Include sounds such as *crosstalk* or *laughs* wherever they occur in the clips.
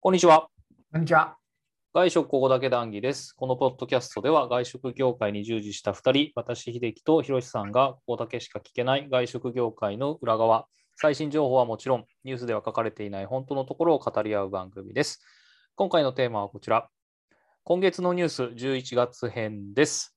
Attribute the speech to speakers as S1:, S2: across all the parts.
S1: こんにちは。
S2: こんにちは。
S1: 外食ここだけ談義です。このポッドキャストでは外食業界に従事した2人、私、秀樹とひろしさんがここだけしか聞けない外食業界の裏側、最新情報はもちろん、ニュースでは書かれていない本当のところを語り合う番組です。今回のテーマはこちら。今月のニュース11月編です。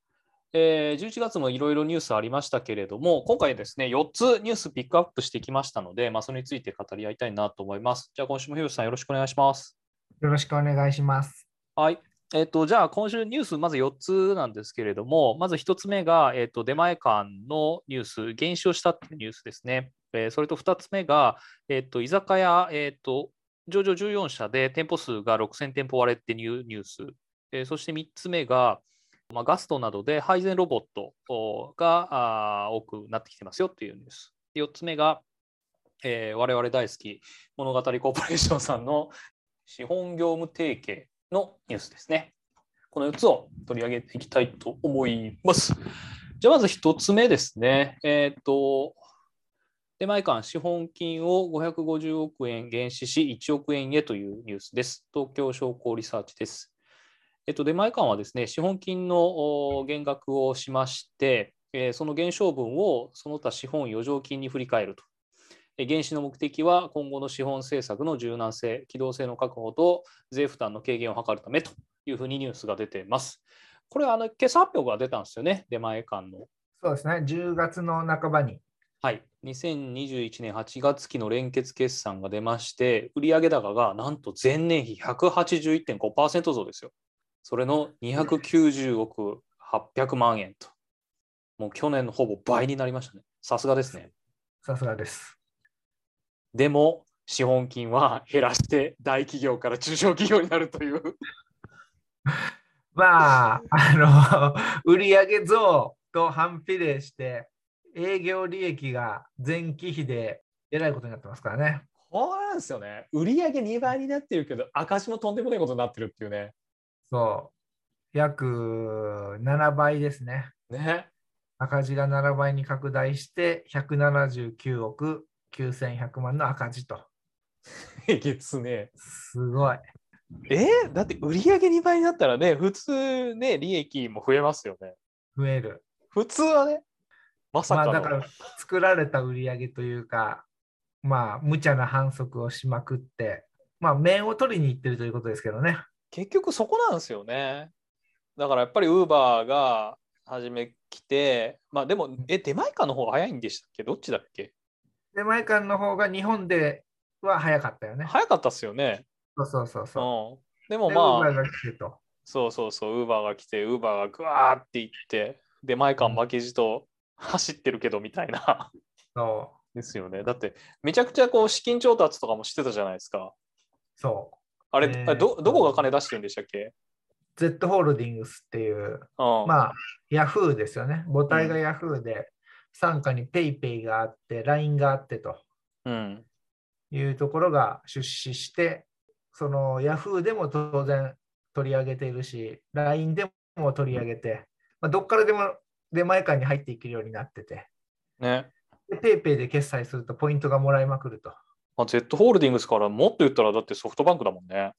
S1: えー11月もいろいろニュースありましたけれども、今回ですね、4つニュースピックアップしてきましたので、まあ、それについて語り合いたいなと思います。じゃあ、今週もひろしさんよろしくお願いします。
S2: よろしくお願いします。
S1: はい。えっと、じゃあ、今週ニュース、まず4つなんですけれども、まず1つ目が、えっと、出前館のニュース、減少したっていうニュースですね。えーそれと2つ目が、えっと、居酒屋、えっと、上場14社で店舗数が6000店舗割れっていうニュース。えーそして3つ目が、まあ、ガストなどで配膳ロボットおがあー多くなってきてますよっていうニュース。4つ目が、えー我々大好き物語コーポレーションさんの資本業務提携のニュースですね。この4つを取り上げていきたいと思います。じゃあまず1つ目ですね。えっ、と、出前館資本金を550億円減資し1億円へというニュースです。東京商工リサーチです。えっと、出前館はですね、資本金のお減額をしまして、えーその減少分をその他資本余剰金に振り返ると。えー減資の目的は今後の資本政策の柔軟性、機動性の確保と税負担の軽減を図るためというふうにニュースが出ています。これはあの、今朝発表が出たんですよね、出前館の。
S2: そうですね。10月の半ばに。
S1: はい、2021年8月期の連結決算が出まして、売上高がなんと前年比181.5%増ですよ。それの290億800万円と。もう去年のほぼ倍になりましたね。さすがですね。
S2: さすがです。
S1: でも、資本金は減らして大企業から中小企業になるという。
S2: まあ、あの、売 *laughs* 上増と反比例して、営業利益が前期比でえらいことになってますからね。
S1: こうなんですよね。売上2倍になってるけど、赤字もとんでもないことになってるっていうね。
S2: そう。約7倍ですね。
S1: ね。 *laughs*
S2: 赤字が7倍に拡大して、179億9100万の赤字と。
S1: えげつねえ。
S2: すごい。
S1: えーだって売り上げ2倍になったらね、普通ね、利益も増えますよね。
S2: 増える。
S1: 普通はね、まさ
S2: ま
S1: か
S2: あ
S1: の。
S2: だから作られた売り上げというか、まあ無茶な反則をしまくって、まあ面を取りに行ってるということですけどね。
S1: 結局そこなんですよね。だからやっぱりウーバーが初め来て、まあでも、え、出前館の方が早いんでしたっけどっちだっけ
S2: 出前館の方が日本では早かったよね。
S1: 早かったっすよね。
S2: そうそうそう
S1: う
S2: そ
S1: ん。で
S2: う。
S1: も
S2: で
S1: ま
S2: Uber
S1: あ、
S2: が来てと。
S1: そうそうそう、ウーバーが来て、ウーバーがぐわーって行って、出前館負けじと走ってるけどみたいな。 *laughs*
S2: そ
S1: ですよね。だって、めちゃくちゃこう資金調達とかもしてたじゃないですか。
S2: う。そ
S1: あれ、
S2: ね
S1: あれどどこが金出してるんでしたっけ、
S2: う。Z ホールディングスっていう、
S1: うん
S2: まあ Yahoo ですよね。母体が Yahoo で、傘下に PayPay があって、LINE があってと
S1: うん、
S2: いうところが出資して、その Yahoo でも当然取り上げているし、LINE でも取り上げて、まあ、どっからでも出前館に入っていけるようになってて、
S1: ね、
S2: で PayPay で決済するとポイントがもらえまくると。
S1: まあ、Z ホールディングスからもっと言ったらだってソフトバンクだもんね。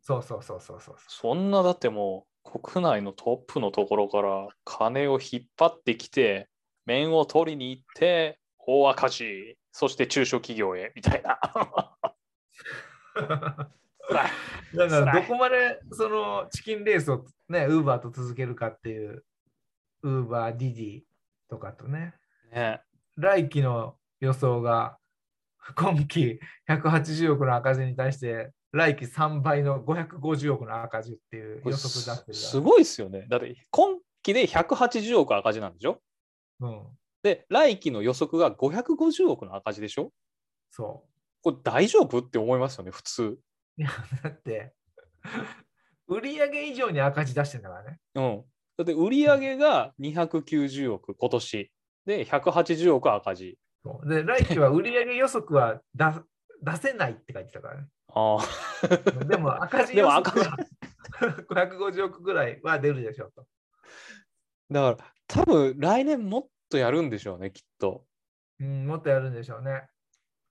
S2: そうそうそうそうそう。
S1: そんなだってもう国内のトップのところから金を引っ張ってきて、面を取りに行って、大赤字、そして中小企業へみたいな。 *laughs* 辛い
S2: *laughs* だから
S1: 辛
S2: ど
S1: い
S2: こまでそのチキンレースをね、Uber と続けるかっていう、Uber、Didi とかとね、
S1: ね、
S2: 来期の予想が今期180億の赤字に対して来期3倍の550億の赤字っていう予測出してる
S1: すごいですよね。だって今期で180億赤字なんでしょ
S2: からうん、
S1: で、来期の予測が550億の赤字でしょ
S2: そ
S1: これ大丈夫って思いますよね、普通。
S2: う。だって、売上以上に赤字出してんだからね。
S1: うん、だって売上が290億今年で180億赤字
S2: そうで、来期は売上予測は出出せないって書いてたからね。
S1: あ
S2: でも赤字
S1: で
S2: 予
S1: も
S2: 測は550億ぐらいは出るでしょうと。
S1: だから多分来年もっとやるんでしょうねきっと
S2: うん、もっとやるんでしょうね。
S1: だか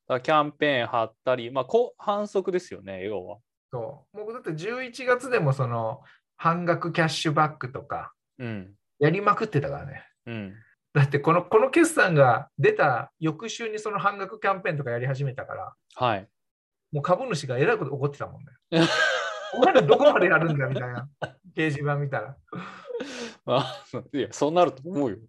S1: らキャンペーン貼ったり、まあ、こ反則ですよね要は
S2: そうもうだって11月でもその半額キャッシュバックとか
S1: うん。
S2: やりまくってたからね。
S1: うん。
S2: だってこのこの決算が出た翌週にその半額キャンペーンとかやり始めたから、
S1: はい。 *laughs*
S2: もう株主がえらいこと怒ってたもんね。お前らどこまでやるんだみたいな、掲示板見たら。
S1: あいや、そうなると思うよ。
S2: うん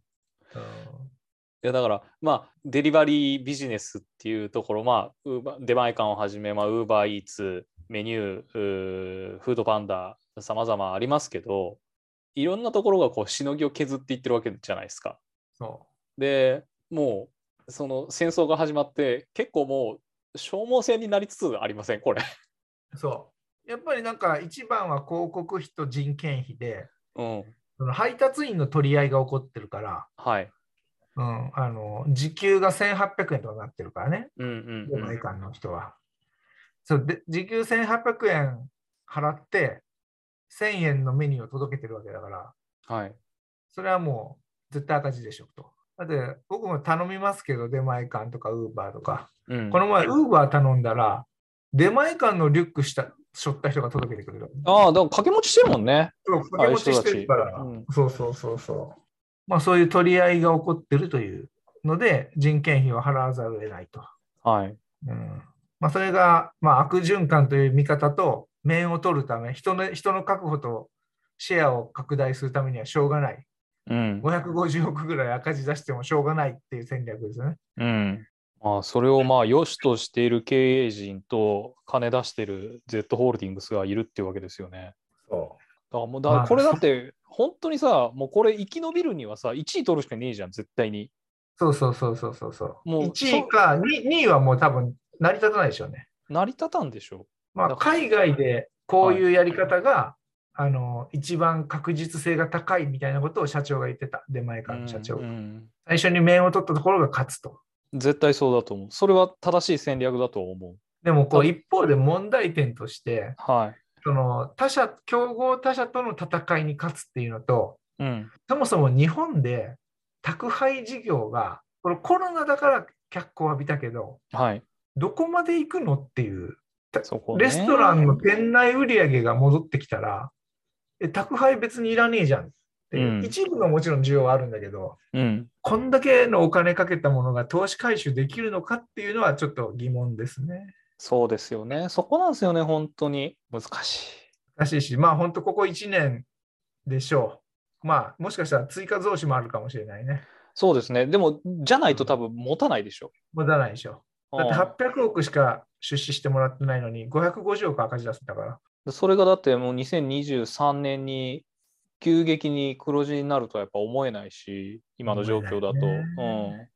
S1: いやだから、まあ、デリバリービジネスっていうところ、まあ、ウーバー出前館をはじめ、まあ、ウーバーイーツ、メニュー、うーフードパンダ、さまざまありますけど、いろんなところがこうしのぎを削っていってるわけじゃないですか。
S2: そ
S1: でもう、その戦争が始まって、結構もう消耗戦になりつつありません、これ。 *laughs*
S2: うそうやっぱりなんか一番は広告費と人件費で、
S1: うん。
S2: その配達員の取り合いが起こってるから、
S1: はい。
S2: うん、あの時給が1800円とかなってるからね、
S1: うんうん、う
S2: 外
S1: ん。
S2: 観の人は。そうで時給1800円払って、1000円のメニューを届けてるわけだから、
S1: はい。
S2: それはもう絶対赤字でしょと。だって僕も頼みますけど、出前館とかウーバーとか。
S1: うん、
S2: この前、ウーバー頼んだら、出前館のリュックした、しょった人が届けてくれる。
S1: ああ、だから掛け持ちしてるもんね。
S2: そう、掛け持ちしてるから。
S1: ああいう人
S2: そうそうそうそう。まあそういう取り合いが起こってるというので、人件費を払わざるを得ないと。
S1: はい。
S2: うんまあ、それが、まあ、悪循環という見方と、面を取るため人の、人の確保とシェアを拡大するためにはしょうがない。
S1: うん。
S2: 550億ぐらい赤字出してもしょうがないっていう戦略ですよね。
S1: うん。まあ、それをまあ、良しとしている経営陣と、金出してる Z ホールディングスがいるっていうわけですよね。
S2: そ
S1: だからもう、だか
S2: ま
S1: ら
S2: あ
S1: これだって、本当にさ、もうこれ生き延びるにはさ、1位取るしかねえじゃん、絶対に。
S2: うそうそうそうそうそう。
S1: もう
S2: 1位か 2, 位はもう多分成り立たないでしょうね。
S1: 成り立たんでしょ。
S2: ま
S1: だ
S2: あ、
S1: から
S2: 海外でこういうやり方が、あの一番確実性が高いみたいなことを社長が言ってた、出前館の社長
S1: う
S2: が、
S1: ん
S2: 最初に面を取ったところが勝つと。
S1: うん絶対そうだと思う。それは正しい戦略だと思う。
S2: でもこ
S1: そう
S2: う一方で問題点として、
S1: は
S2: その他社、競合他社との戦いに勝つっていうのと、
S1: い。うん。
S2: そもそも日本で宅配事業が、このコロナだから脚光を浴びたけど、
S1: はい。
S2: どこまで行くのっていう、
S1: そこ、ね。
S2: レストランの店内売り上げが戻ってきたら、え宅配別にいらねえじゃんってい
S1: う
S2: う、
S1: ん
S2: 一部のもちろん需要はあるんだけど、
S1: うん。
S2: こんだけのお金かけたものが投資回収できるのかっていうのはちょっと疑問ですね。
S1: そうですよね。そこなんですよね、本当に。難しい。
S2: らしいし、まあ本当ここ1年でしょう。まあもしかしたら追加増資もあるかもしれないね。
S1: そうですね。でも、じゃないと多分持たないでしょ。
S2: 持たないでしょ。
S1: う
S2: だ
S1: ん
S2: って800億しか出資してもらってないのに、550億赤字出すんだから。
S1: でそれがだってもう2023年に急激に黒字になるとはやっぱ思えないし、今の状況だと。
S2: 思えないね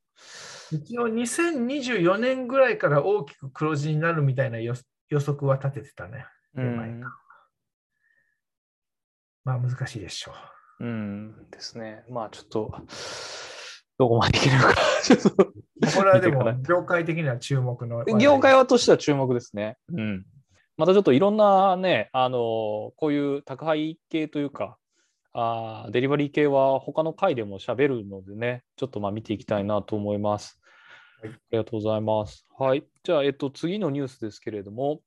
S2: 一応2024年ぐらいから大きく黒字になるみたいな予予測は立ててたね。
S1: う
S2: うまい
S1: ん
S2: な。まあ難しいでしょう。
S1: うん。うんですね。まあちょっと、どこまでいけるか。 *laughs* ちょっと
S2: これはで
S1: 見ていか
S2: も
S1: ない
S2: 業界的には注目の話題。
S1: 業界はとしては注目ですね。うん。またちょっといろんなね、あの、こういう宅配系というか、あーデリバリー系は他の回でも喋るのでね、ちょっとまあ見ていきたいなと思います。
S2: はい
S1: ありがとうございます。はい。じゃあ、えっと、次のニュースですけれども、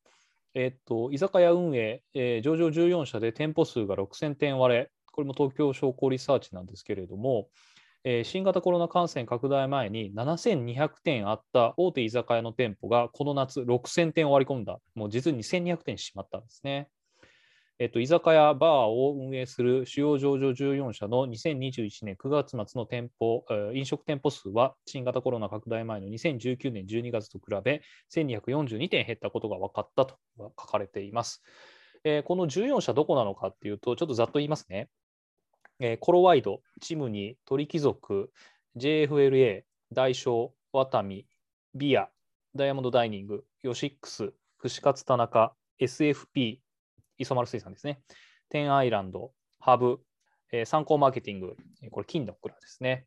S1: えっと、居酒屋運営、えー上場14社で店舗数が6000店割れ、これも東京商工リサーチなんですけれども、えー新型コロナ感染拡大前に7200店あった大手居酒屋の店舗がこの夏6000店を割り込んだ、もう実に1200店しまったんですね。えっと、居酒屋、バーを運営する主要上場14社の2021年9月末の店舗、えー飲食店舗数は新型コロナ拡大前の2019年12月と比べ1242点減ったことが分かったと書かれています。えーこの14社どこなのかっていうと、ちょっとざっと言いますね。えーコロワイド、チムニー、鳥貴族、JFLA、ダイショー、ワタミ、ビア、ダイヤモンドダイニング、ヨシックス、串カツ田中、SFP、磯丸水産ですね、テンアイランド、ハブ、えー参考マーケティング、えーこれ金の蔵ですね、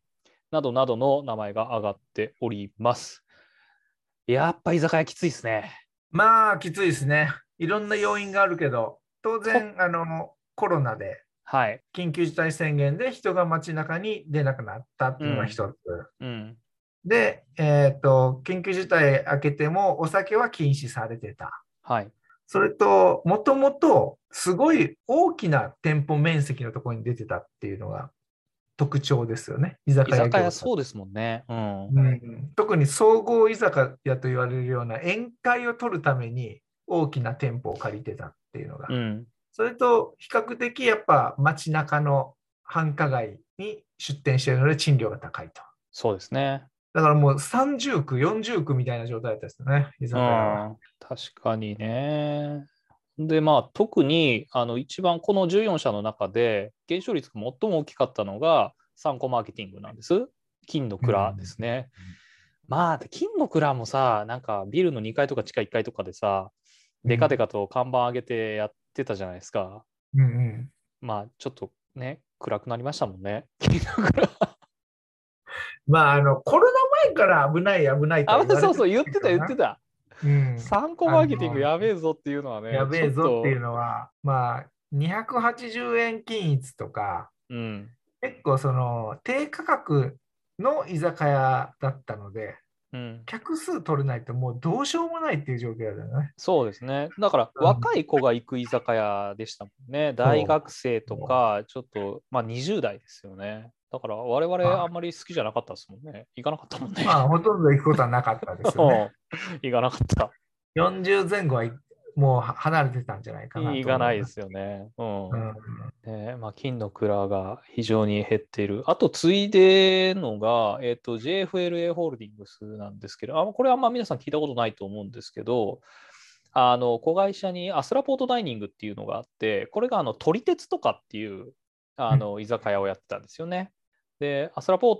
S1: などなどの名前が上がっております。やっぱ居酒屋きついですね。
S2: まあきついですね。いろんな要因があるけど、当然あのコロナで
S1: はい。
S2: 緊急事態宣言で人が街中に出なくなったっていうのが一つ。
S1: うん。
S2: で、えっと、緊急事態明けてもお酒は禁止されてた。
S1: はい。
S2: それと、もともとすごい大きな店舗面積のところに出てたっていうのが特徴ですよね。居酒
S1: 居
S2: 屋業
S1: 酒屋
S2: 界
S1: そうですもんね。うん。
S2: うん特に総合居酒屋と言われるような宴会を取るために大きな店舗を借りてたっていうのが、
S1: うん。
S2: それと比較的やっぱ街中の繁華街に出店してるので賃料が高いと。
S1: そうですね。
S2: だからもう30区、40区みたいな状態だったですよね、居酒
S1: う
S2: 屋は。
S1: ん。確かにね。で、まあ、特に、あの、一番この14社の中で、減少率が最も大きかったのが、参考マーケティングなんです。金の蔵ですね。まあ、で金の蔵もさ、なんかビルの2階とか地下1階とかでさ、でかでかと看板上げてやってたじゃないですか。
S2: うんうん、
S1: まあ、ちょっとね、暗くなりましたもんね。金の蔵。
S2: まあ、あの、コロナ前から危ない、危ないとは
S1: あ、
S2: 言われて
S1: そうそう、言ってた、言ってた。
S2: たけどな。うん
S1: 参考マーケティングやべえぞっていうのはね。
S2: やべえぞっていう
S1: の。
S2: のは、まあ、280円均一とか、
S1: うん。
S2: 結構その低価格の居酒屋だったので、
S1: うん、
S2: 客数取れないともうどうしようもないっていう状況だよね。
S1: そうですね。だから、
S2: うん
S1: 若い子が行く居酒屋でしたもんね。大学生とか、ちょっと、まあ20代ですよね。だから、我
S2: はい
S1: 々あんまり好きじゃなかったですもんね。行かなかったもんね。
S2: まあ、ほとんど行くことはなかったです
S1: *laughs*
S2: よね。
S1: 行かなかった。
S2: 40前後はいもう離れてたんじゃないかなと思
S1: 行かないで
S2: ます。
S1: すよね。うん。
S2: うん
S1: ねまあ、金の蔵が非常に減っている。あと、ついでのが、えっと JFLA ホールディングスなんですけど、あこれあんま皆さん聞いたことないと思うんですけど、あの子会社にアスラポートダイニングっていうのがあって、これがあの撮り鉄とかっていうあの居酒屋をやってたんですよね。で、アスラポー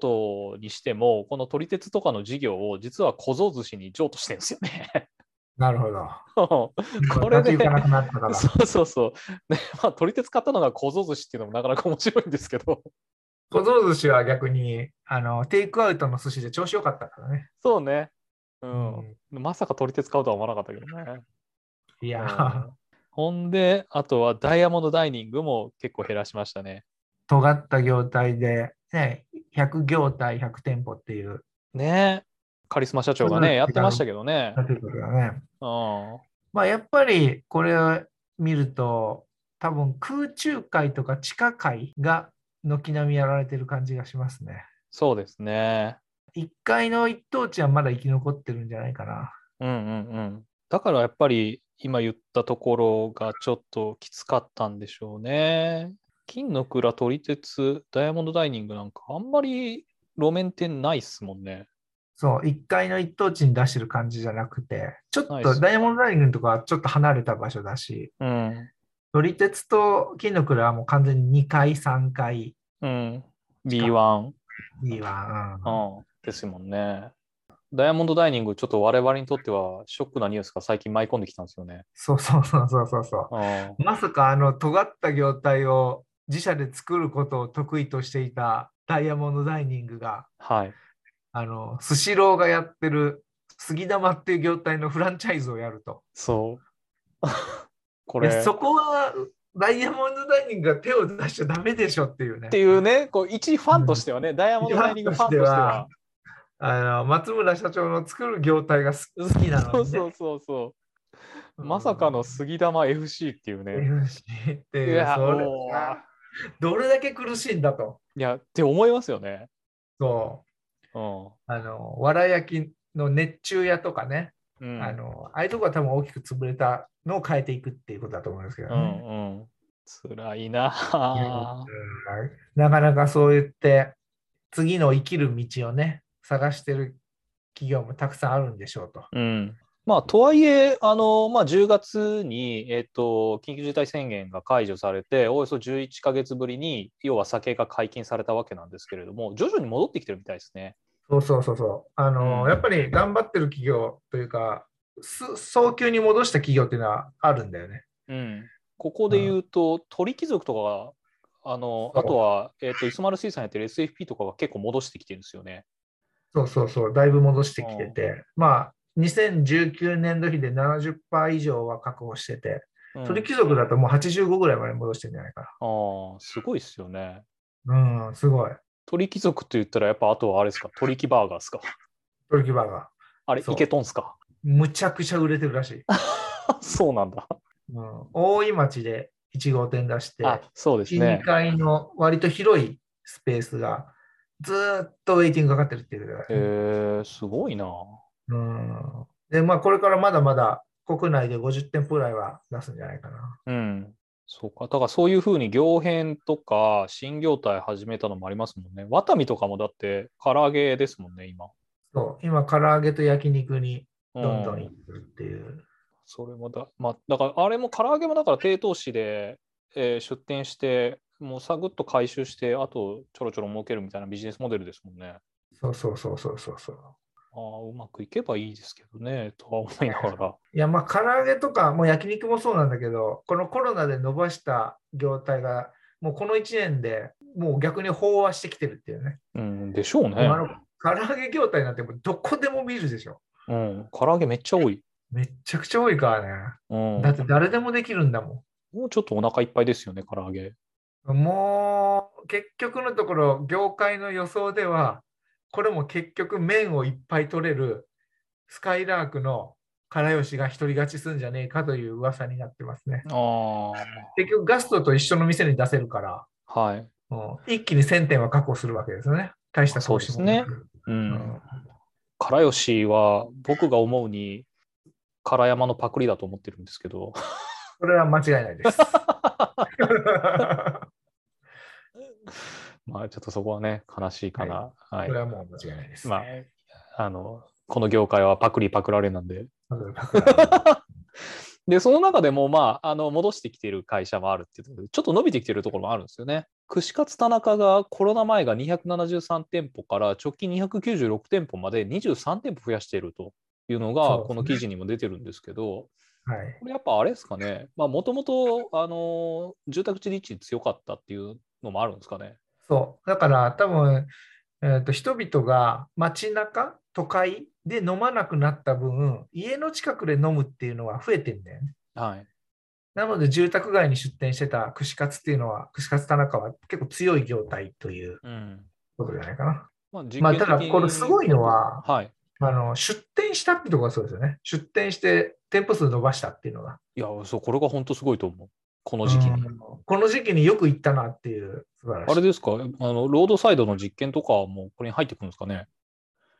S1: トにしても、この撮り鉄とかの事業を実は小僧寿司に譲渡してるんですよね。
S2: なるほど。
S1: これで、
S2: 立ち行かなくなったから。
S1: *laughs* そうそうそう。ね、まあ、取り手使ったのが小僧寿司っていうのもなかなか面白いんですけど。
S2: 小僧寿司は逆にあのテイクアウトの寿司で調子良かったからね。
S1: そうね。う。
S2: うん
S1: まさか取り手使うとは思わなかったけどね。
S2: いや
S1: う
S2: ー
S1: ん、ほんで、あとはダイヤモンドダイニングも結構減らしましたね。
S2: 尖った業態で、ね、100業態100店舗っていう
S1: ねカリスマ社長が
S2: そうなんです
S1: ね、
S2: よ
S1: やってましたけどね。
S2: 建てるからね。
S1: うん。
S2: まあやっぱりこれを見ると多分空中界とか地下界が軒並みやられてる感じがしますね。
S1: そうですね。
S2: 1階の一等地はまだ生き残ってるんじゃないかな。
S1: うんうんうん。だからやっぱり今言ったところがちょっときつかったんでしょうね。金の蔵、撮り鉄、ダイヤモンドダイニングなんかあんまり路面店ないっすもんね。
S2: そう、1階の一等地に出してる感じじゃなくて、ちょっ
S1: ないで
S2: と
S1: す
S2: ダイヤモンドダイニングとかはちょっと離れた場所だし、
S1: うん。
S2: 乗り鉄と金の蔵はもう完全に2階、3階
S1: うん。B1、
S2: には、
S1: う
S2: うん
S1: ん、ですもんね。ダイヤモンドダイニング、ちょっと我々にとってはショックなニュースが最近舞い込んできたんですよね。
S2: そうそうそうそうそうそう。
S1: うん
S2: まさかあの尖った業態を自社で作ることを得意としていたダイヤモンドダイニングが、
S1: はい。
S2: あの、スシローがやってる杉玉っていう業態のフランチャイズをやると。
S1: そう。こ
S2: い
S1: れ。
S2: やそこはダイヤモンドダイニングが手を出しちゃダメでしょっていうね
S1: っ。ていうね、こう一ファンとしてはね、ダイヤモンドダイニングファンとしては。
S2: あの松村社長の作る業態がす好きな
S1: そ
S2: の
S1: う
S2: に、ね、
S1: そうそうそう。まさかの杉玉 FC っていうね。
S2: FC って
S1: い
S2: いう
S1: や、
S2: それ
S1: も
S2: が
S1: う。
S2: どれだけ苦しいんだと
S1: いや、って思いますよね。
S2: そう
S1: うん。
S2: あのわら焼きの熱中屋とかね、
S1: うん、
S2: あのああいうとこは多分大きく潰れたのを変えていくっていうことだと思うんですけど
S1: う
S2: ね、
S1: んうん。辛いなあ
S2: うんなかなかそう言って次の生きる道をね探してる企業もたくさんあるんでしょうと。
S1: うん。まあ、とはいえ、あのまあ、10月に、えっと緊急事態宣言が解除されて、およそ11ヶ月ぶりに、要は酒が解禁されたわけなんですけれども、徐々に戻ってきてるみたいですね。
S2: そうそうそうそう。あの、
S1: うん
S2: やっぱり頑張ってる企業というか、す早急に戻した企業っていうのはあるんだよね。
S1: うん、ここで言うと、鳥貴族とかが、あの
S2: そう
S1: あとは、えー、と磯丸水産やってる SFP とかが結構戻してきてるんですよね。
S2: そうそうそう、だいぶ戻してきてて、まあ、2019年度比で70%以上は確保してて、
S1: うん、
S2: 鳥貴族だともう85ぐらいまで戻してるんじゃないか
S1: あーすごいですよね。
S2: な。うん、すごい。
S1: 鳥貴族と言ったら、やっぱあとはあれですか、鳥貴バーガーですか。
S2: 鳥貴バーガー。
S1: あれ、
S2: そう
S1: イケトンですか。 *laughs*
S2: むちゃくちゃ売れてるらしい。
S1: そうなんだ。
S2: うん、大井町で1号店出して、
S1: あ、そうです
S2: 1、
S1: ね
S2: 2。階の割と広いスペースがずーっとウェイティングかかってるっていう、
S1: えー、すごいな。
S2: うんで、まあ、これからまだまだ国内で50店舗ぐらいは出すんじゃないかな。
S1: うん。そうか。だからそういうふうに行編とか新業態始めたのもありますもんね。ワタミとかもだって唐揚げですもんね、今。
S2: そう、今、唐揚げと焼肉に
S1: う
S2: どんどん行ってるっていう。
S1: それもだ、まあ、だからあれも唐揚げもだから低投資で、えー出店して、もうサグッと回収して、あとちょろちょろ儲けるみたいなビジネスモデルですもんね。
S2: そうそうそうそうそうそう。
S1: ああ、うまくいけばいいですけどね、とは思いなが
S2: *laughs*
S1: ら。
S2: いや、まあ、唐揚げとか、もう焼肉もそうなんだけど、このコロナで伸ばした業態が、もうこの1年でもう逆に飽和してきてるっていうね。
S1: うん、でしょうね。
S2: 今の唐揚げ業態なんてもうどこでも見るでしょ。
S1: うん、唐揚げめっちゃ多い。
S2: めっちゃくちゃ多いから
S1: うん
S2: ね。だ、って誰でもできるんだも
S1: もうちょっとお腹いっぱいですよね、唐揚げ。
S2: ん。もう結局のところ、業界の予想では、これも結局麺をいっぱい取れるスカイラークの唐吉が独り勝ちすんじゃねえかという噂になってますね。
S1: あ
S2: 結局ガストと一緒の店に出せるから、
S1: あ、はい。
S2: うん一気に1000点は確保するわけですよね。大した投資もなく
S1: う
S2: うんん。
S1: 唐吉は僕が思うに、唐山のパクリだと思ってるんですけど。 *laughs*
S2: それは間違いないです。 *laughs*
S1: まあちょっとそこはね、悲しいかな。はい。
S2: それはもう間違いないです。
S1: まあ、あの、この業界はパクリパクられなんで。で、その中でも、まあ、あの、戻してきている会社もあるっていうことで、ちょっと伸びてきているところもあるんですよね。串カツ田中がコロナ前が273店舗から直近296店舗まで23店舗増やしているというの
S2: そう
S1: が、
S2: ですね
S1: この記事にも出てるんですけど、
S2: はい、
S1: これやっぱあれですかね、まあ、もともと、あの、住宅地立地強かったっていうのもあるんですかね。
S2: そうだから多分、えー、と人々が街中都会で飲まなくなった分家の近くで飲むっていうのは増えてんだよね。
S1: はい。
S2: なので住宅街に出店してた串カツっていうのは串カツ田中は結構強い業態という
S1: うん。
S2: ことじゃないかな。
S1: まあ、
S2: まあ、ただこれすごいの、は
S1: はい。
S2: あの出店したってところがそうですよね。出店して店舗数伸ばしたっていうのが。
S1: いや、そう、これが本当すごいと思う。この時期に。
S2: うんこの時期によく行ったなっていう素晴らしい。
S1: あれですかあの、ロードサイドの実験とかはもうこれに入ってくるんですかね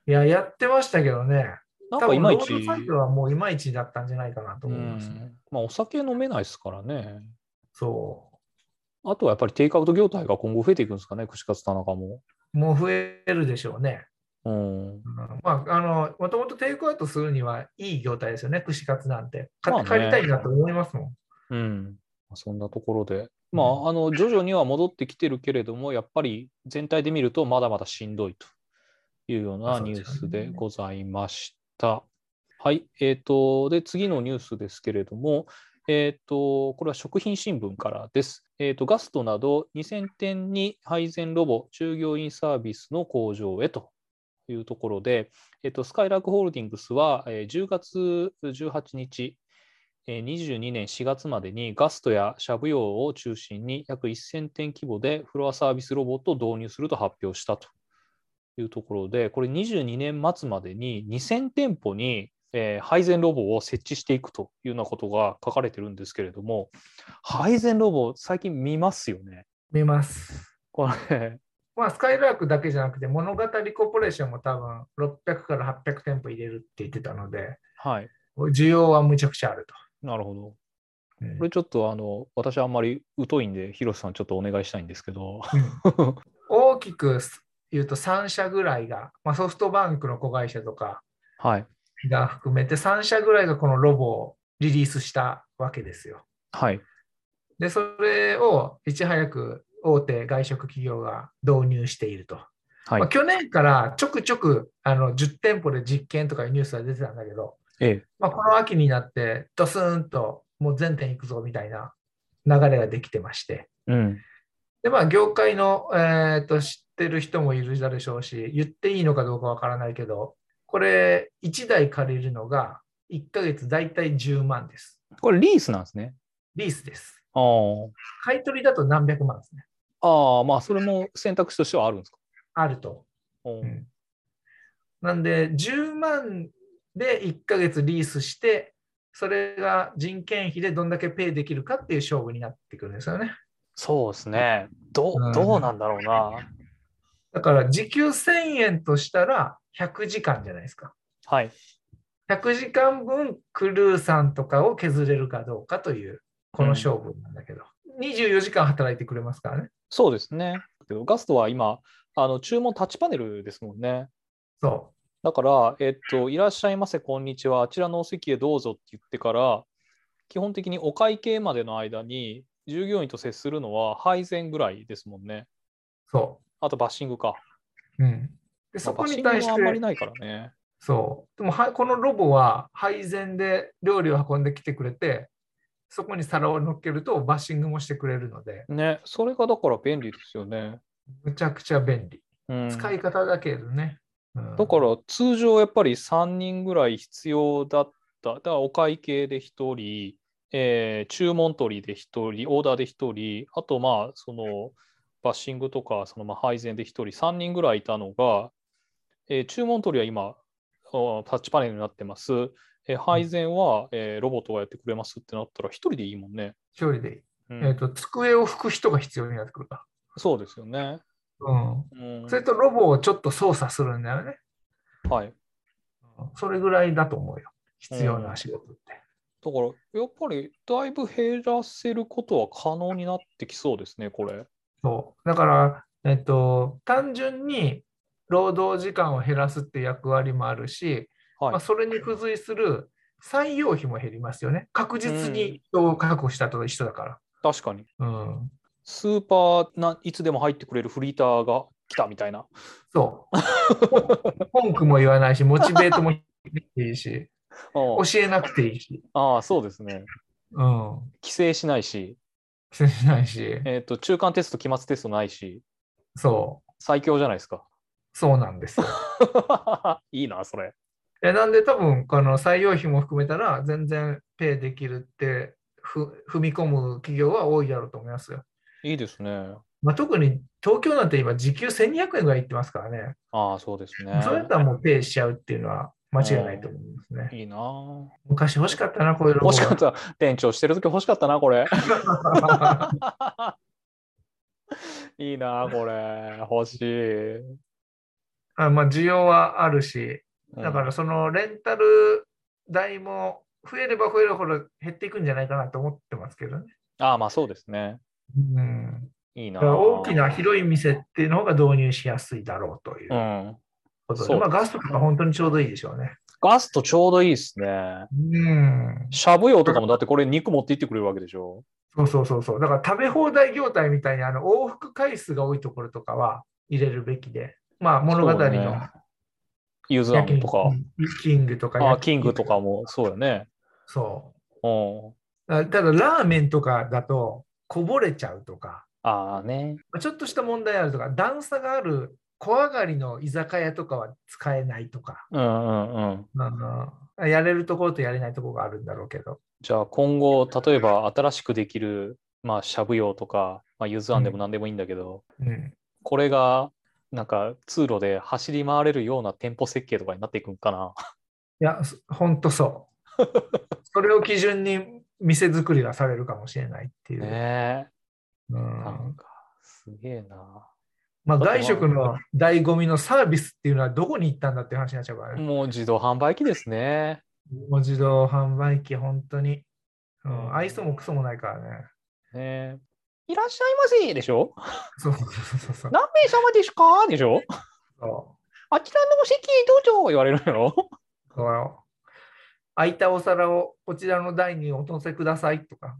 S2: いや、やってましたけどね。
S1: なんかいまい
S2: 多
S1: ち
S2: 分ロー、ドサイドはもういまいちだったんじゃないかなと
S1: う
S2: 思いますね。
S1: ん、まあ、お酒飲めないですからね。
S2: そ
S1: あとはやっぱりテイクアウト業態が今後増えていくんですかね、串カツ田中も。
S2: う。もう増えるでしょうね。
S1: うん。
S2: うんまあ、あの、もともとテイクアウトするにはいい業態ですよね、串カツなんて。買っ
S1: まあ
S2: て
S1: ね
S2: 帰りたいなと思いますもん。
S1: うん。まあそんなところで。まあ、あの、徐々には戻ってきてるけれども、やっぱり全体で見ると、まだまだしんどいというようなニュースでございました。はい。えっ、と、で、次のニュースですけれども、えっ、と、これは食品新聞からです。えっ、と、ガストなど2000店に配膳ロボ、従業員サービスの向上へというところで、えっ、と、スカイラークホールディングスは、えー10月18日、えー22年4月までにガストやシャブ用を中心に約1000店規模でフロアサービスロボットを導入すると発表したというところで、これ22年末までに2000店舗に、えー配膳ロボを設置していくというようなことが書かれてるんですけれども、配膳ロボ、最近見ますよね。
S2: 見ます。
S1: これ、
S2: まあ、スカイラークだけじゃなくて、物語コーポレーションも多分600から800店舗入れるって言ってたので、
S1: はい、
S2: 需要はむちゃくちゃあると。
S1: なるほど。
S2: うん
S1: これちょっとあの、私あんまり疎いんで、広瀬さんちょっとお願いしたいんですけど、
S2: 大きく言うと3社ぐらいが、まあ、ソフトバンクの子会社とか
S1: はい、
S2: が含めて3社ぐらいがこのロボをリリースしたわけですよ。
S1: はい、
S2: で、それをいち早く大手外食企業が導入していると。
S1: はい
S2: まあ、去年からちょくちょくあの10店舗で実験とかいうニュースが出てたんだけど、
S1: ええ、
S2: まあ、この秋になってドスンともう全店行くぞみたいな流れができてまして。
S1: うん、
S2: で、まあ、業界の、えーと知ってる人もいるでしょうし、言っていいのかどうかわからないけど、これ、1台借りるのが1ヶ月だいたい10万です。
S1: これリースなんですね。
S2: リースです。
S1: あー
S2: 買い取りだと何百万ですね。
S1: あー、まあ、それも選択肢としてはあるんですか。
S2: あると。
S1: おー
S2: うんなんで、10万で1ヶ月リースして、それが人件費でどんだけペイできるかっていう勝負になってくるんですよね。
S1: そうですね。ど
S2: うん
S1: うどうなんだろうな。
S2: だから時給1000円としたら100時間じゃないですか。
S1: はい。
S2: 100時間分クルーさんとかを削れるかどうかというこの勝負なんだけど、24時間働いてくれますからね。
S1: そうですね。けどガストは今、あの注文タッチパネルですもんね。
S2: そ
S1: だから、えっと、いらっしゃいませ、こんにちは、あちらのお席へどうぞって言ってから、基本的にお会計までの間に、従業員と接するのは配膳ぐらいですもんね。
S2: う、そ
S1: あとバッシングか。
S2: う。うん、で
S1: まあ
S2: そこに
S1: バッ
S2: 対
S1: シ
S2: し
S1: ングはあんまり
S2: て、
S1: ないからね。
S2: そう。でもはこのロボは配膳で料理を運んできてくれて、そこに皿を乗っけるとバッシングもしてくれるので、
S1: ね、それがだから便利ですよね。
S2: むちゃくちゃ便利。
S1: うん、
S2: 使い方だけどね。うん
S1: だから通常やっぱり3人ぐらい必要だった。だからお会計で1人、えー注文取りで1人、オーダーで1人、あとまあそのバッシングとかそのまあ配膳で1人、3人ぐらいいたのが、えー注文取りは今あタッチパネルになってます。えー配膳は、えーロボットがやってくれますってなったら1人でいいもんね。
S2: 一人で、
S1: うん
S2: えーと、机を拭く人が必要になってくるか
S1: そうですよね。
S2: ら。うん。
S1: うん
S2: それとロボをちょっと操作するんだよね。
S1: はい、
S2: それぐらいだと思うよ。必要な仕事って。
S1: だからやっぱりだいぶ減らせることは可能になってきそうですね、これ。
S2: そう。だから、えっと、単純に労働時間を減らすって役割もあるし、
S1: はい
S2: まあ、それに付随する採用費も減りますよね。確実に人を確保したと一緒だか
S1: 確かに。
S2: ら。うん。
S1: スーパーないつでも入ってくれるフリーターが来たみたいな。
S2: そう。 *laughs* 文句も言わないし、モチベートもいい
S1: *laughs*
S2: し、
S1: うん
S2: 教えなくていいし、
S1: ああ、そうですね。
S2: うん。
S1: 規制しないし、
S2: 気にしないし、
S1: えーと、中間テスト、期末テストないし、
S2: そう。
S1: 最強じゃないですか。 *laughs*
S2: そうなんですよ。
S1: いいな、それ。
S2: えなんで多分この採用費も含めたら全然ペイできるってふ踏み込む企業は多いだろうと思いますよ。
S1: いいですね。
S2: まあ、特に東京なんて今時給1200円ぐらいいってますからね。
S1: ああ、そうですね
S2: そ。れだったらもうペイしちゃうっていうのは間違いないと思うんですね。
S1: いいな。
S2: 昔欲しかったな、こういうロボ
S1: 欲しかった。店長してるとき欲しかったな、こ
S2: *laughs*
S1: れ。 *laughs*
S2: た。
S1: いいな、これ。欲しい。うん
S2: あまあ需要はあるし、だからそのレンタル代も増えれば増えるほど減っていくんじゃないかなと思ってますけどね。
S1: ああ、まあそうですね。
S2: うん
S1: いいな。
S2: だか。ら大きな広い店っていうのが導入しやすいだろうといううんことで、
S1: そう
S2: まあ、ガストとか本当にちょうどいいでしょうね。
S1: ガストちょうどいいですね。
S2: うん、
S1: しゃぶ用とかもだってこれ肉持って行ってくれるわけでしょ
S2: そうそうそうそう。だから食べ放題業態みたいにあの往復回数が多いところとかは入れるべきで、まあ物語
S1: そう
S2: の
S1: ねユーズア
S2: 焼
S1: ム
S2: 肉
S1: とか。
S2: キングとか、
S1: あーキングとか。もそうよね。
S2: そ
S1: う
S2: う
S1: ん。。
S2: だただラーメンとかだとこぼれちゃうとか、
S1: ああね。
S2: まあちょっとした問題あるとか、段差がある小上がりの居酒屋とかは使えないとか、
S1: うんうんうん。
S2: うん、やれるところとやれないところがあるんだろうけど。
S1: じゃあ今後、例えば新しくできる、まあ、しゃぶ用とか、まあ、ユーズアンでも何でもいいんだけど、
S2: うん、
S1: これが、なんか通路で走り回れるような店舗設計とかになっていくんかな。
S2: いや、そほんと *laughs* そう。それを基準に店作りがされるかもしれないっていう。
S1: ね
S2: う
S1: え。なん
S2: ん
S1: か、すげえな。
S2: ま
S1: だ
S2: あ、
S1: って
S2: 外食の醍醐味のサービスっていうのはどこに行ったんだっていう話になっちゃうからね。
S1: もう自動販売機ですね。
S2: もう自動販売機、本当に。うん、愛想もクソもないからね。
S1: ねえいらっしゃいませでしょ
S2: そうそうそうそう。
S1: 何名様ですかでしょ
S2: そ
S1: あちらのお席へどうぞ言われるのよ。 *laughs*
S2: うそうよ空いたお皿をこちらの台にお乗せくださいとか。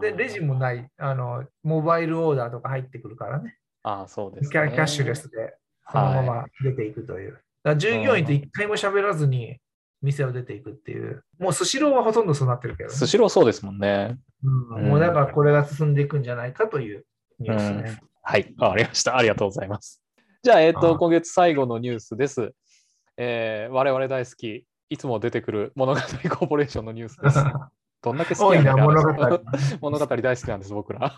S2: で、レジも
S1: い。
S2: ない、あの、モバイルオーダーとか入ってくるからね。
S1: ああ、そうです、
S2: キャキャッシュレ。スで。そのま
S1: はい。
S2: ま出ていくという。だから従業員と一回も喋らずに店を出ていくっていう。もうスシローはほとんどそうなってるけどね、
S1: スシローそうですもんね。
S2: うんもうだからこれが進んでいくんじゃないかというニュースね。
S1: はい。わかりました。ありがとうございます。じゃあ、えっ、
S2: あ
S1: と、
S2: ー
S1: 今月最後のニュースです。えー、我々大好き、いつも出てくる物語コーポレーションのニュース
S2: *laughs*
S1: です。どんだけ *laughs* 好
S2: 多
S1: き
S2: い
S1: んだ
S2: な、
S1: か
S2: 物語。
S1: 物 *laughs* 語大好きなんです、僕ら。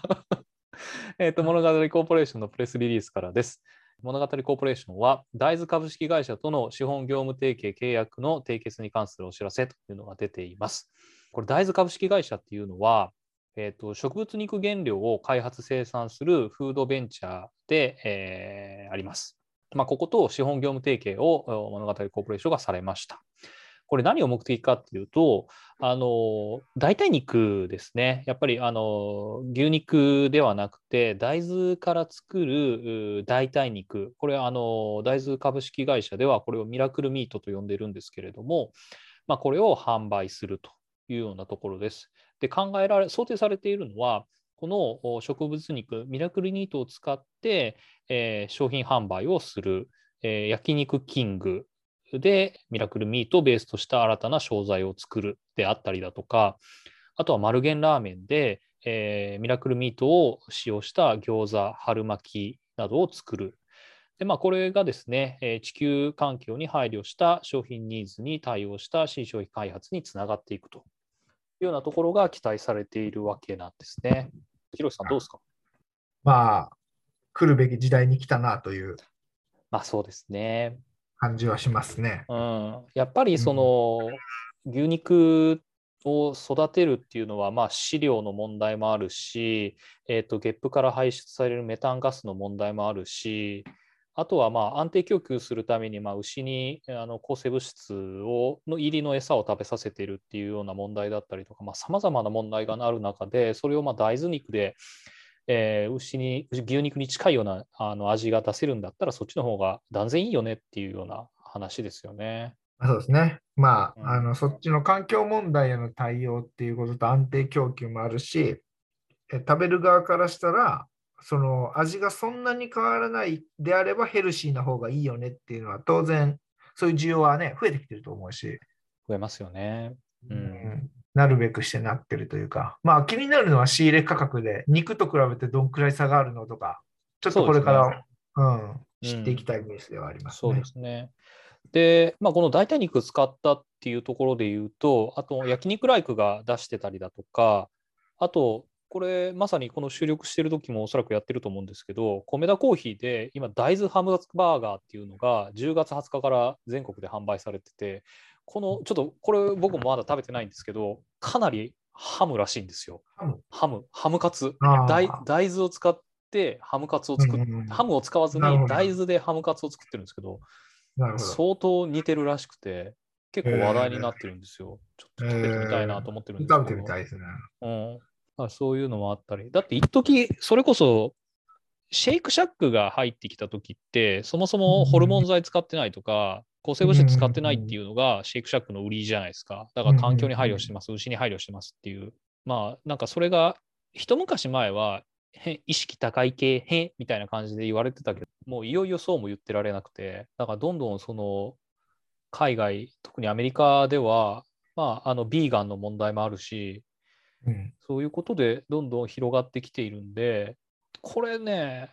S1: えっと、物語コーポレーションのプレスリリースからです。物語コーポレーションは大豆株式会社との資本業務提携契約の締結に関するお知らせというのが出ています。これ大豆株式会社っていうのは、えーと、と植物肉原料を開発生産するフードベンチャーで、えー、あります。まあ、ここと資本業務提携を物語コーポレーションがされました。これ何を目的かっていうと、あの代替肉ですね、やっぱりあの牛肉ではなくて、大豆から作る代替肉、これあの、大豆株式会社ではこれをミラクルミートと呼んでるんですけれども、まあ、これを販売するというようなところです。で考えられ想定されているのは、この植物肉、ミラクルミートを使って、えー、商品販売をする、えー、焼肉キングでミラクルミートをベースとした新たな商材を作るであったりだとか、あとは丸源ラーメンで、えー、ミラクルミートを使用した餃子、春巻きなどを作る。でまあ、これがですね、えー、地球環境に配慮した商品ニーズに対応した新商品開発につながっていくというようなところが期待されているわけなんですね。広瀬さん、どうですか
S2: まあ、来るべき時代に来たなという
S1: まあそうですね。
S2: 感じはしますね。
S1: うん、やっぱりその、牛肉を育てるっていうのは、まあ、飼料の問題もあるし、えーと、ゲップから排出されるメタンガスの問題もあるし、あとはまあ安定供給するためにまあ牛にあの抗生物質をの入りの餌を食べさせているっていうような問題だったりとかさまざ、まあ、な問題がある中でそれをまあ大豆肉で、えー、牛に牛肉に近いようなあの味が出せるんだったらそっちの方が断然いいよねっていうような話ですよね。
S2: そうですね。まあ,うん、あのそっちの環境問題への対応っていうことと安定供給もあるしえ食べる側からしたらその味がそんなに変わらないであればヘルシーな方がいいよねっていうのは当然そういう需要はね増えてきてると思うし、
S1: 増えますよね、うん、うん
S2: なるべくしてなってるというかまあ気になるのは仕入れ価格で肉と比べてどんくらい差があるのとかちょっとこれから、ね、うん、知っていきたいニュースではあります、
S1: ねうん、そうですねで、まあ、この代替肉使ったっていうところで言うとあと焼肉ライクが出してたりだとかあとこれまさにこの収録してる時もおそらくやってると思うんですけど、コメダコーヒーで今、大豆ハムバーガーっていうのが10月20日から全国で販売されてて、このちょっとこれ僕もまだ食べてないんですけど、かなりハムらしいんですよ。ハム、ハムカツ。大大豆を使ってハムカツを作っ、うんうん、ハムを使わずに大豆でハムカツを作ってるんですけど、ど相当似てるらしくて、結構話題になってるんですよ。ちょっと食べてみたいなと思ってるんですけど。
S2: 食べてみたいですね。
S1: うんまあ、そういうのもあったり、だって一時それこそシェイクシャックが入ってきた時って、そもそもホルモン剤使ってないとか、抗生物質使ってないっていうのがシェイクシャックの売りじゃないですか。だから環境に配慮してます、牛に配慮してますっていう。まあなんかそれが一昔前は意識高い系へみたいな感じで言われてたけど、もういよいよそうも言ってられなくて、だからどんどんその海外、特にアメリカでは、まあ、あのビーガンの問題もあるし、
S2: うん、
S1: そういうことでどんどん広がってきているんで、これね、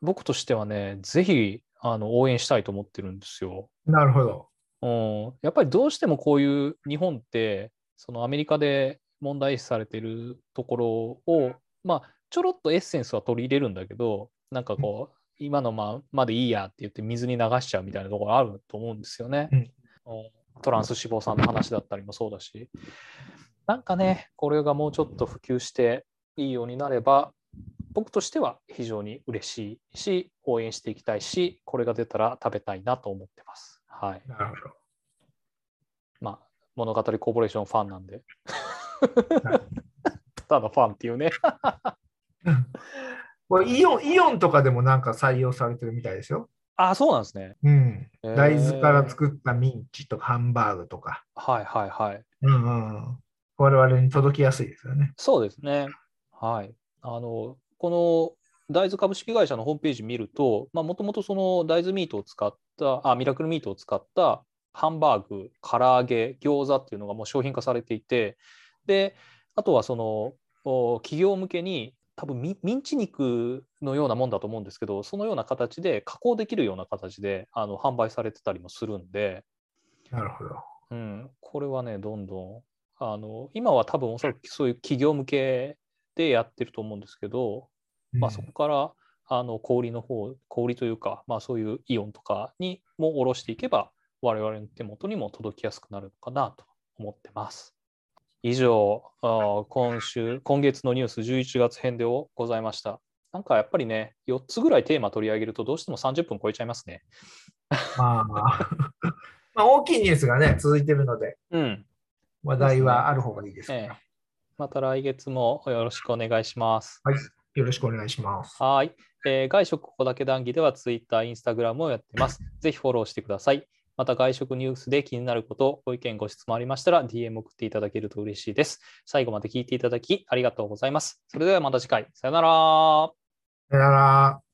S1: 僕としてはね、ぜひあの応援したいと思ってるんですよ。
S2: なるほど、
S1: うん。やっぱりどうしてもこういう日本って、そのアメリカで問題視されてるところを、まあ、ちょろっとエッセンスは取り入れるんだけど、なんかこう、今のままでいいやって言って水に流しちゃうみたいなところあると思うんですよね。うん、トランス脂肪酸の話だったりもそうだし。なんかね、これがもうちょっと普及していいようになれば、僕としては非常に嬉しいし、応援していきたいし、これが出たら食べたいなと思ってます。はい。
S2: なるほど。
S1: まあ、物語コーポレーションファンなんで。 *laughs* ただのファンっていうね
S2: これイオン。イオンとかでもなんか採用されてるみたいですよ。
S1: あ、そうなんですね。
S2: うん。えー、大豆から作ったミンチとかハンバーグとか。
S1: はいはいはい。
S2: うんうん。我々に届きやすいですよね。
S1: そうですね。はい。あの、この大豆株式会社のホームページ見ると、もともとその大豆ミートを使った、あ、ミラクルミートを使ったハンバーグ、唐揚げ、餃子っていうのがもう商品化されていて、で、あとはその、企業向けに多分ミンチ肉のようなもんだと思うんですけど、そのような形で加工できるような形であの販売されてたりもするんで、
S2: なるほど。
S1: うん、これはね、どんどんあの今は多分おそらくそういう企業向けでやってると思うんですけど、まあ、そこからあの小売りの方、小売りというか、まあ、そういうイオンとかにも下ろしていけば、我々の手元にも届きやすくなるのかなと思ってます。以上、あー今週、今月のニュース11月編でございました。なんかやっぱりね、4つぐらいテーマ取り上げると、どうしても30分超えちゃいますね。
S2: まあ、 *laughs* まあ大きいニュースがね、続いてるので、
S1: うん。
S2: 話題はある方がいいですから、
S1: ええまた来月もよろしくお願いします。
S2: よろしくお願いします。
S1: はい、えー外食ここだけ談義では Twitter、Instagram をやってます。
S2: *laughs*
S1: ぜひフォローしてください。また外食ニュースで気になること、ご意見、ご質問ありましたら DM 送っていただけると嬉しいです。最後まで聞いていただきありがとうございます。それではまた次回。さよなら。
S2: さよなら。